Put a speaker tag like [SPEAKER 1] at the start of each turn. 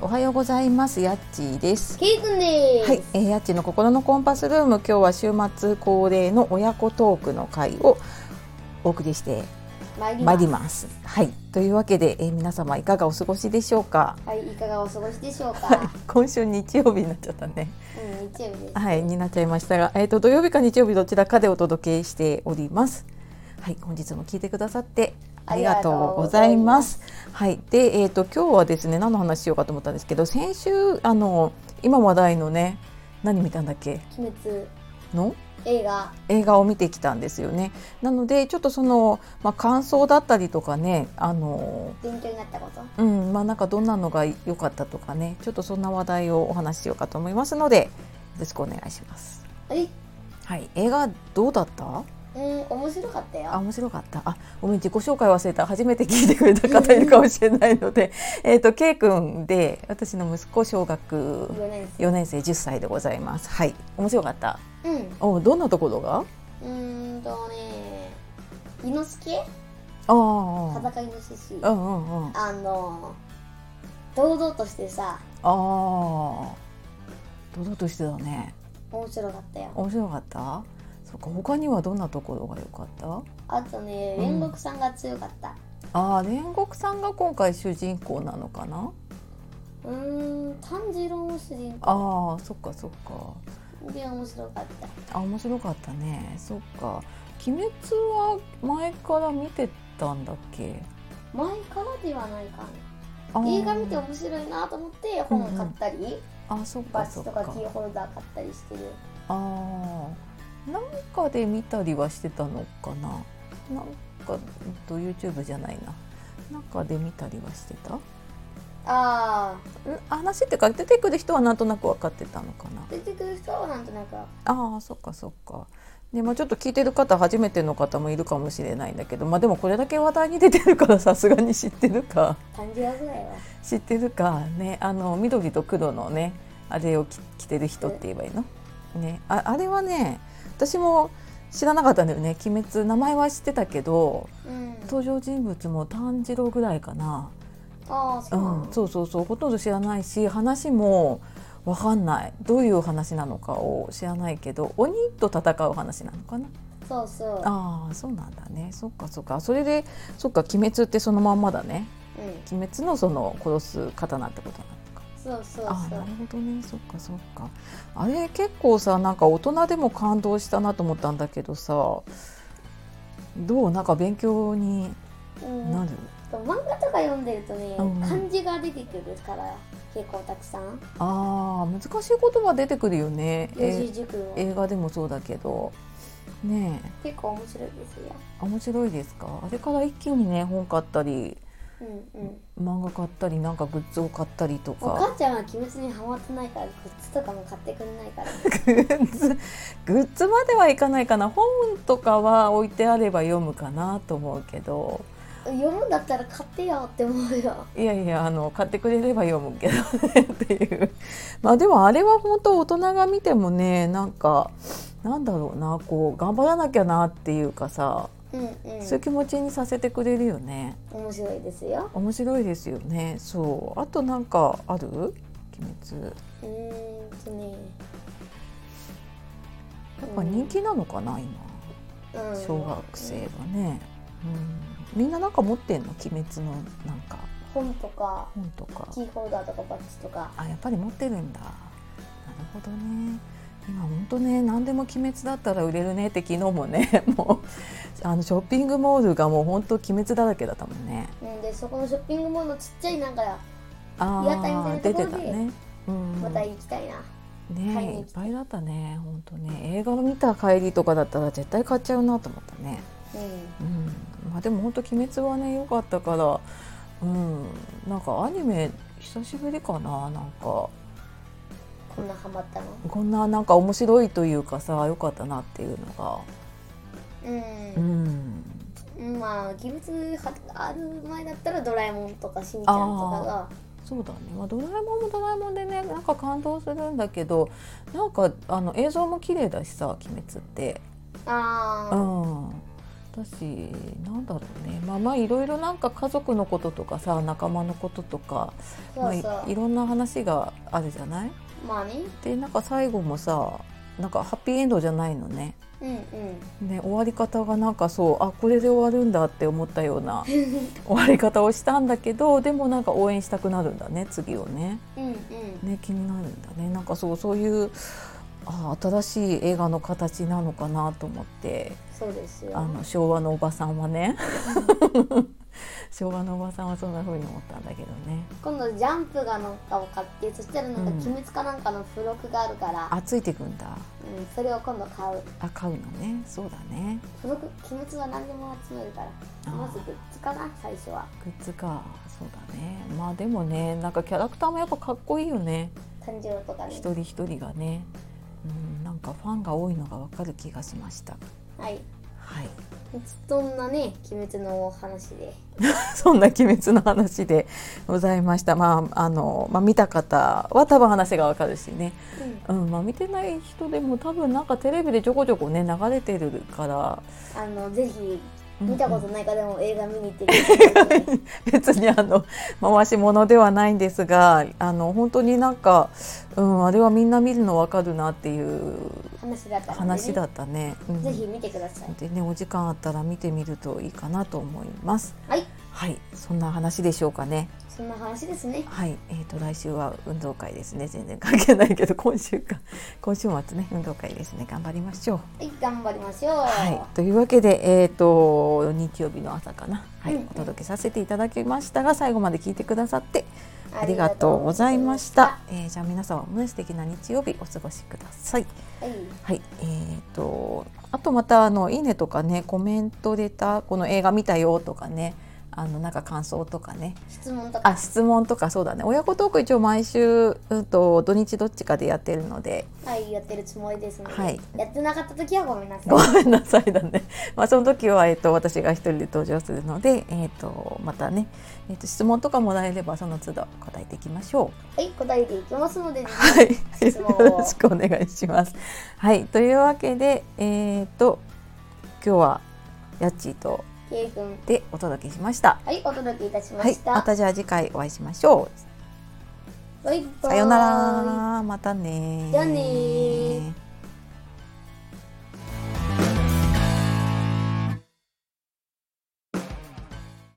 [SPEAKER 1] おはようございますやっちーです
[SPEAKER 2] ケイくんで
[SPEAKER 1] はい、えー、やっちーの心のコンパスルーム今日は週末恒例の親子トークの会をお送りして
[SPEAKER 2] 参り
[SPEAKER 1] まい
[SPEAKER 2] ま
[SPEAKER 1] り
[SPEAKER 2] す。
[SPEAKER 1] ますはいというわけで、えー、皆様いかがお過ごしでしょうか
[SPEAKER 2] はい、いかがお過ごしでしょうか。
[SPEAKER 1] はい今週日曜日になっちゃったね
[SPEAKER 2] うん、日曜日です。
[SPEAKER 1] はい、になっちゃいましたが、えっ、と土曜日か日曜日どちらかでお届けしております。はい、本日も聞いてくださってありがとうございます。はい、で、えっ、と今日はですね、何の話しようかと思ったんですけど、先週あの今話題のね、何見たんだっけ
[SPEAKER 2] 鬼滅
[SPEAKER 1] の
[SPEAKER 2] 映画。
[SPEAKER 1] 映画を見てきたんですよね。なのでちょっとそのまあ感想だったりとかね、あの
[SPEAKER 2] 勉強になったこと。
[SPEAKER 1] うん、まあなんかどんなのが良かったとかね、ちょっとそんな話題をお話ししようかと思いますので、よろしくお願いします。
[SPEAKER 2] はい、
[SPEAKER 1] はい、映画どうだった？
[SPEAKER 2] うん、面白かった
[SPEAKER 1] あ、
[SPEAKER 2] よ。
[SPEAKER 1] 面白かった。あ、ごめん自己紹介忘れた。初めて聞いてくれた方いるかもしれないので、 えっと K 君で私の息子小学
[SPEAKER 2] 四年生。
[SPEAKER 1] 4年生10歳でございます。はい、面白かった。
[SPEAKER 2] うん、
[SPEAKER 1] お、どんなところが？
[SPEAKER 2] うーんとね。イノシケ。
[SPEAKER 1] あー
[SPEAKER 2] 裸イノシシ。
[SPEAKER 1] あー、うんうんうん。あ
[SPEAKER 2] あの。堂々としてさ。
[SPEAKER 1] あー、堂々としてだね。
[SPEAKER 2] 面白かったよ。
[SPEAKER 1] 面白かった？そっか、他にはどんなところが良かった？
[SPEAKER 2] あとね、
[SPEAKER 1] うん
[SPEAKER 2] 煉獄さんが強かった。
[SPEAKER 1] ああ、煉獄さんが今回主人公なのかな？
[SPEAKER 2] うーん、炭治郎も主人公。
[SPEAKER 1] ああ、そっかそっか。
[SPEAKER 2] で、面白かった。
[SPEAKER 1] あ面白かったねそっか「鬼滅」は前から見てたんだっけ
[SPEAKER 2] 前からではないかな。
[SPEAKER 1] あー
[SPEAKER 2] 映画見て面白いなと思って本を買ったり、
[SPEAKER 1] あそっか
[SPEAKER 2] バ
[SPEAKER 1] そ
[SPEAKER 2] ッ
[SPEAKER 1] っ
[SPEAKER 2] ジとか
[SPEAKER 1] か
[SPEAKER 2] キーホルダー買ったりしてる
[SPEAKER 1] あーなんかで見たりはしてたのかななんか、うんと、YouTube じゃないななんかで見たりはしてたん
[SPEAKER 2] あ
[SPEAKER 1] 話っていうか出てくる人はなんとなく分かってたのかな
[SPEAKER 2] ー出てくる人はなんとなく
[SPEAKER 1] ああそっかそっか。でまあ、ちょっと聞いてる方初めての方もいるかもしれないんだけど、まあ、でもこれだけ話題に出てるからさすがに知ってるか。
[SPEAKER 2] 感じるぐらいは
[SPEAKER 1] 知ってるかねあの緑と黒のねあれを着着てる人って言えばいいの、ね、ああれはね私も知らなかったんだよね「鬼滅」名前は知ってたけど
[SPEAKER 2] うん
[SPEAKER 1] 登場人物も炭治郎ぐらいかな、
[SPEAKER 2] ああそううなの、
[SPEAKER 1] んそうそうそうほとんど知らないし話もわかんないどういう話なのかを知らないけど鬼と戦う話なのかな
[SPEAKER 2] そうそう
[SPEAKER 1] ああそうなんだねそっかそっかそれでそっか「鬼滅」ってそのまんまだね
[SPEAKER 2] う
[SPEAKER 1] 「
[SPEAKER 2] ん
[SPEAKER 1] 鬼滅」のその殺す刀ってことなのか
[SPEAKER 2] そうそう
[SPEAKER 1] あ
[SPEAKER 2] そ
[SPEAKER 1] なる
[SPEAKER 2] う
[SPEAKER 1] ほどねそっかそっかあれ結構さなんか大人でも感動したなと思ったんだけどさどうなんか勉強に
[SPEAKER 2] うん
[SPEAKER 1] なる、
[SPEAKER 2] 漫画とか読んでるとね、
[SPEAKER 1] うん
[SPEAKER 2] 漢字が出てくるから結構たくさん
[SPEAKER 1] あー難しい言葉出てくるよね
[SPEAKER 2] 四
[SPEAKER 1] え
[SPEAKER 2] 字熟語
[SPEAKER 1] 映画でもそうだけどねえ
[SPEAKER 2] 結構面白いですよ
[SPEAKER 1] 面白いですかあれから一気にね本買ったり
[SPEAKER 2] うんうん
[SPEAKER 1] 漫画買ったりなんかグッズを買ったりと
[SPEAKER 2] お
[SPEAKER 1] か
[SPEAKER 2] 母ちゃんは鬼滅にハマってないからグッズとかも買ってくれないから
[SPEAKER 1] グッズグッズまではいかないかな本とかは置いてあれば読むかなと思うけど
[SPEAKER 2] 読むんだったら買ってよって思うよ
[SPEAKER 1] いやいやあの買ってくれれば読むけどねっていう まあでもあれは本当大人が見てもねなんかなんだろうなこう頑張らなきゃなっていうかさ、
[SPEAKER 2] うんうん
[SPEAKER 1] そういう気持ちにさせてくれるよね
[SPEAKER 2] 面白いですよ
[SPEAKER 1] 面白いですよねそうあとなんかある鬼滅
[SPEAKER 2] うーんとね
[SPEAKER 1] やっぱ人気なのかな今
[SPEAKER 2] うん
[SPEAKER 1] 小学生はね、うん、みんななんか持ってんの鬼滅のなんか
[SPEAKER 2] 本とか
[SPEAKER 1] 本とか
[SPEAKER 2] キーホルダーとかバッジとか
[SPEAKER 1] あやっぱり持ってるんだなるほどね今本当ね何でも「鬼滅」だったら売れるねって昨日もね もうあのショッピングモールがもう本当鬼滅だらけだったもんね
[SPEAKER 2] うんでそこのショッピングモールのちっちゃいなんか
[SPEAKER 1] あ
[SPEAKER 2] 屋台みたい
[SPEAKER 1] あ
[SPEAKER 2] な
[SPEAKER 1] 出
[SPEAKER 2] とこ
[SPEAKER 1] て
[SPEAKER 2] ろで
[SPEAKER 1] たね、うん、
[SPEAKER 2] また行きたいな、買い
[SPEAKER 1] ね
[SPEAKER 2] に
[SPEAKER 1] いっ
[SPEAKER 2] 行き
[SPEAKER 1] ぱいだったね本当ね映画を見た帰りとかだったら絶対買っちゃうなと思ったね
[SPEAKER 2] うん
[SPEAKER 1] うんまあでも本当鬼滅はね良かったからうんなんかアニメ久しぶりかななんか
[SPEAKER 2] こんなハマったの
[SPEAKER 1] こんななんか面白いというかさ良かったなっていうのがう
[SPEAKER 2] うんんまあ鬼滅はある前だったらドラえもんとかしんちゃんとか
[SPEAKER 1] そうだね、まあ、ドラえもんもドラえもんでねなんか感動するんだけどなんかあの映像も綺麗だしさ「鬼滅」って、
[SPEAKER 2] があ
[SPEAKER 1] う
[SPEAKER 2] あ
[SPEAKER 1] ん、だしなんだろうねまあまあいろいろなんか家族のこととかさ仲間のこととか
[SPEAKER 2] そうそう、
[SPEAKER 1] まあ、いいろんな話があるじゃない
[SPEAKER 2] まあね
[SPEAKER 1] でなんか最後もさなんかハッピーエンドじゃないのね
[SPEAKER 2] うんうん
[SPEAKER 1] ね終わり方がなんかそうあこれで終わるんだって思ったような終わり方をしたんだけどでもなんか応援したくなるんだね次をね
[SPEAKER 2] うんうん
[SPEAKER 1] ね気になるんだねなんかそうそういうあ新しい映画の形なのかなと思って
[SPEAKER 2] そうですよ
[SPEAKER 1] あの昭和のおばさんはね昭和のおばさんはそんな風に思ったんだけどね
[SPEAKER 2] 今度ジャンプがなんかを買ってそしたらなんか
[SPEAKER 1] うん
[SPEAKER 2] 鬼滅かなんかの付録があるから、
[SPEAKER 1] あついてくんだ
[SPEAKER 2] うんそれを今度買う
[SPEAKER 1] あ買うのねそうだね
[SPEAKER 2] 付録鬼滅は何でも集めるから
[SPEAKER 1] あー
[SPEAKER 2] まずグッズかな最初は
[SPEAKER 1] グッズかそうだねまあでもねなんかキャラクターもやっぱかっこいいよね
[SPEAKER 2] 誕生とかね
[SPEAKER 1] 一人一人がね、うん、なんかファンが多いのがわかる気がしました
[SPEAKER 2] はい
[SPEAKER 1] はい
[SPEAKER 2] そんなね鬼滅のお話で
[SPEAKER 1] そんな鬼滅の話でございましたまああの、まあ、見た方は多分話がわかるしね
[SPEAKER 2] うん
[SPEAKER 1] うんまあ、見てない人でも多分なんかテレビでちょこちょこね流れてるから
[SPEAKER 2] あのぜひ
[SPEAKER 1] うん
[SPEAKER 2] 見たことない方でも映画見に行ってください、
[SPEAKER 1] 別にあの回し物ではないんですがあの本当になんか、うん、あれはみんな見るの分かるなっていう
[SPEAKER 2] 話だったので、ね、
[SPEAKER 1] 話だったね。うん
[SPEAKER 2] ぜひ見てください
[SPEAKER 1] でねお時間あったら見てみるといいかなと思います。
[SPEAKER 2] はい
[SPEAKER 1] はいそんな話でしょうかね。
[SPEAKER 2] そんな話ですね
[SPEAKER 1] はい、えー、と来週は運動会ですね全然関係ないけど 今週か今週末ね運動会ですね頑張りましょう。
[SPEAKER 2] はい頑張りましょう、
[SPEAKER 1] はい、というわけで、えー、と日曜日の朝かな、はい
[SPEAKER 2] うんうん
[SPEAKER 1] お届けさせていただきましたが最後まで聞いてくださってあ
[SPEAKER 2] あ
[SPEAKER 1] り
[SPEAKER 2] り
[SPEAKER 1] が
[SPEAKER 2] が
[SPEAKER 1] と
[SPEAKER 2] と
[SPEAKER 1] う
[SPEAKER 2] う
[SPEAKER 1] ご
[SPEAKER 2] ご
[SPEAKER 1] ざ
[SPEAKER 2] ざ
[SPEAKER 1] い
[SPEAKER 2] い
[SPEAKER 1] ま
[SPEAKER 2] ま
[SPEAKER 1] し
[SPEAKER 2] したた、
[SPEAKER 1] えーじゃあ皆様もね素敵な日曜日お過ごしください。
[SPEAKER 2] はい
[SPEAKER 1] はいえー、とあとまたあの「いいね」とかねコメントでたこの映画見たよとかねあのなんか感想とかね
[SPEAKER 2] 質問とか
[SPEAKER 1] あ質問とかそうだね親子トーク一応毎週、うん、と土日どっちかでやってるので
[SPEAKER 2] はいやってるつもりですので、
[SPEAKER 1] はい
[SPEAKER 2] やってなかった時はごめんなさい
[SPEAKER 1] ごめんなさいだね。 まあその時はえっ、と私が一人で登場するので、えっ、とまたね、えっ、と質問とかもらえればその都度答えていきましょう。
[SPEAKER 2] はい答えていきますので、
[SPEAKER 1] はい、
[SPEAKER 2] 質問を
[SPEAKER 1] よろしくお願いします。はい、というわけでえっ、と今日はやっちーと
[SPEAKER 2] K 君
[SPEAKER 1] でお届けしました。
[SPEAKER 2] はいお届けいたしま
[SPEAKER 1] はい
[SPEAKER 2] し、た、
[SPEAKER 1] またじゃあ次回お会いしましょ
[SPEAKER 2] バイ
[SPEAKER 1] う。
[SPEAKER 2] バーイ
[SPEAKER 1] さようなら、またね。
[SPEAKER 2] じゃあねー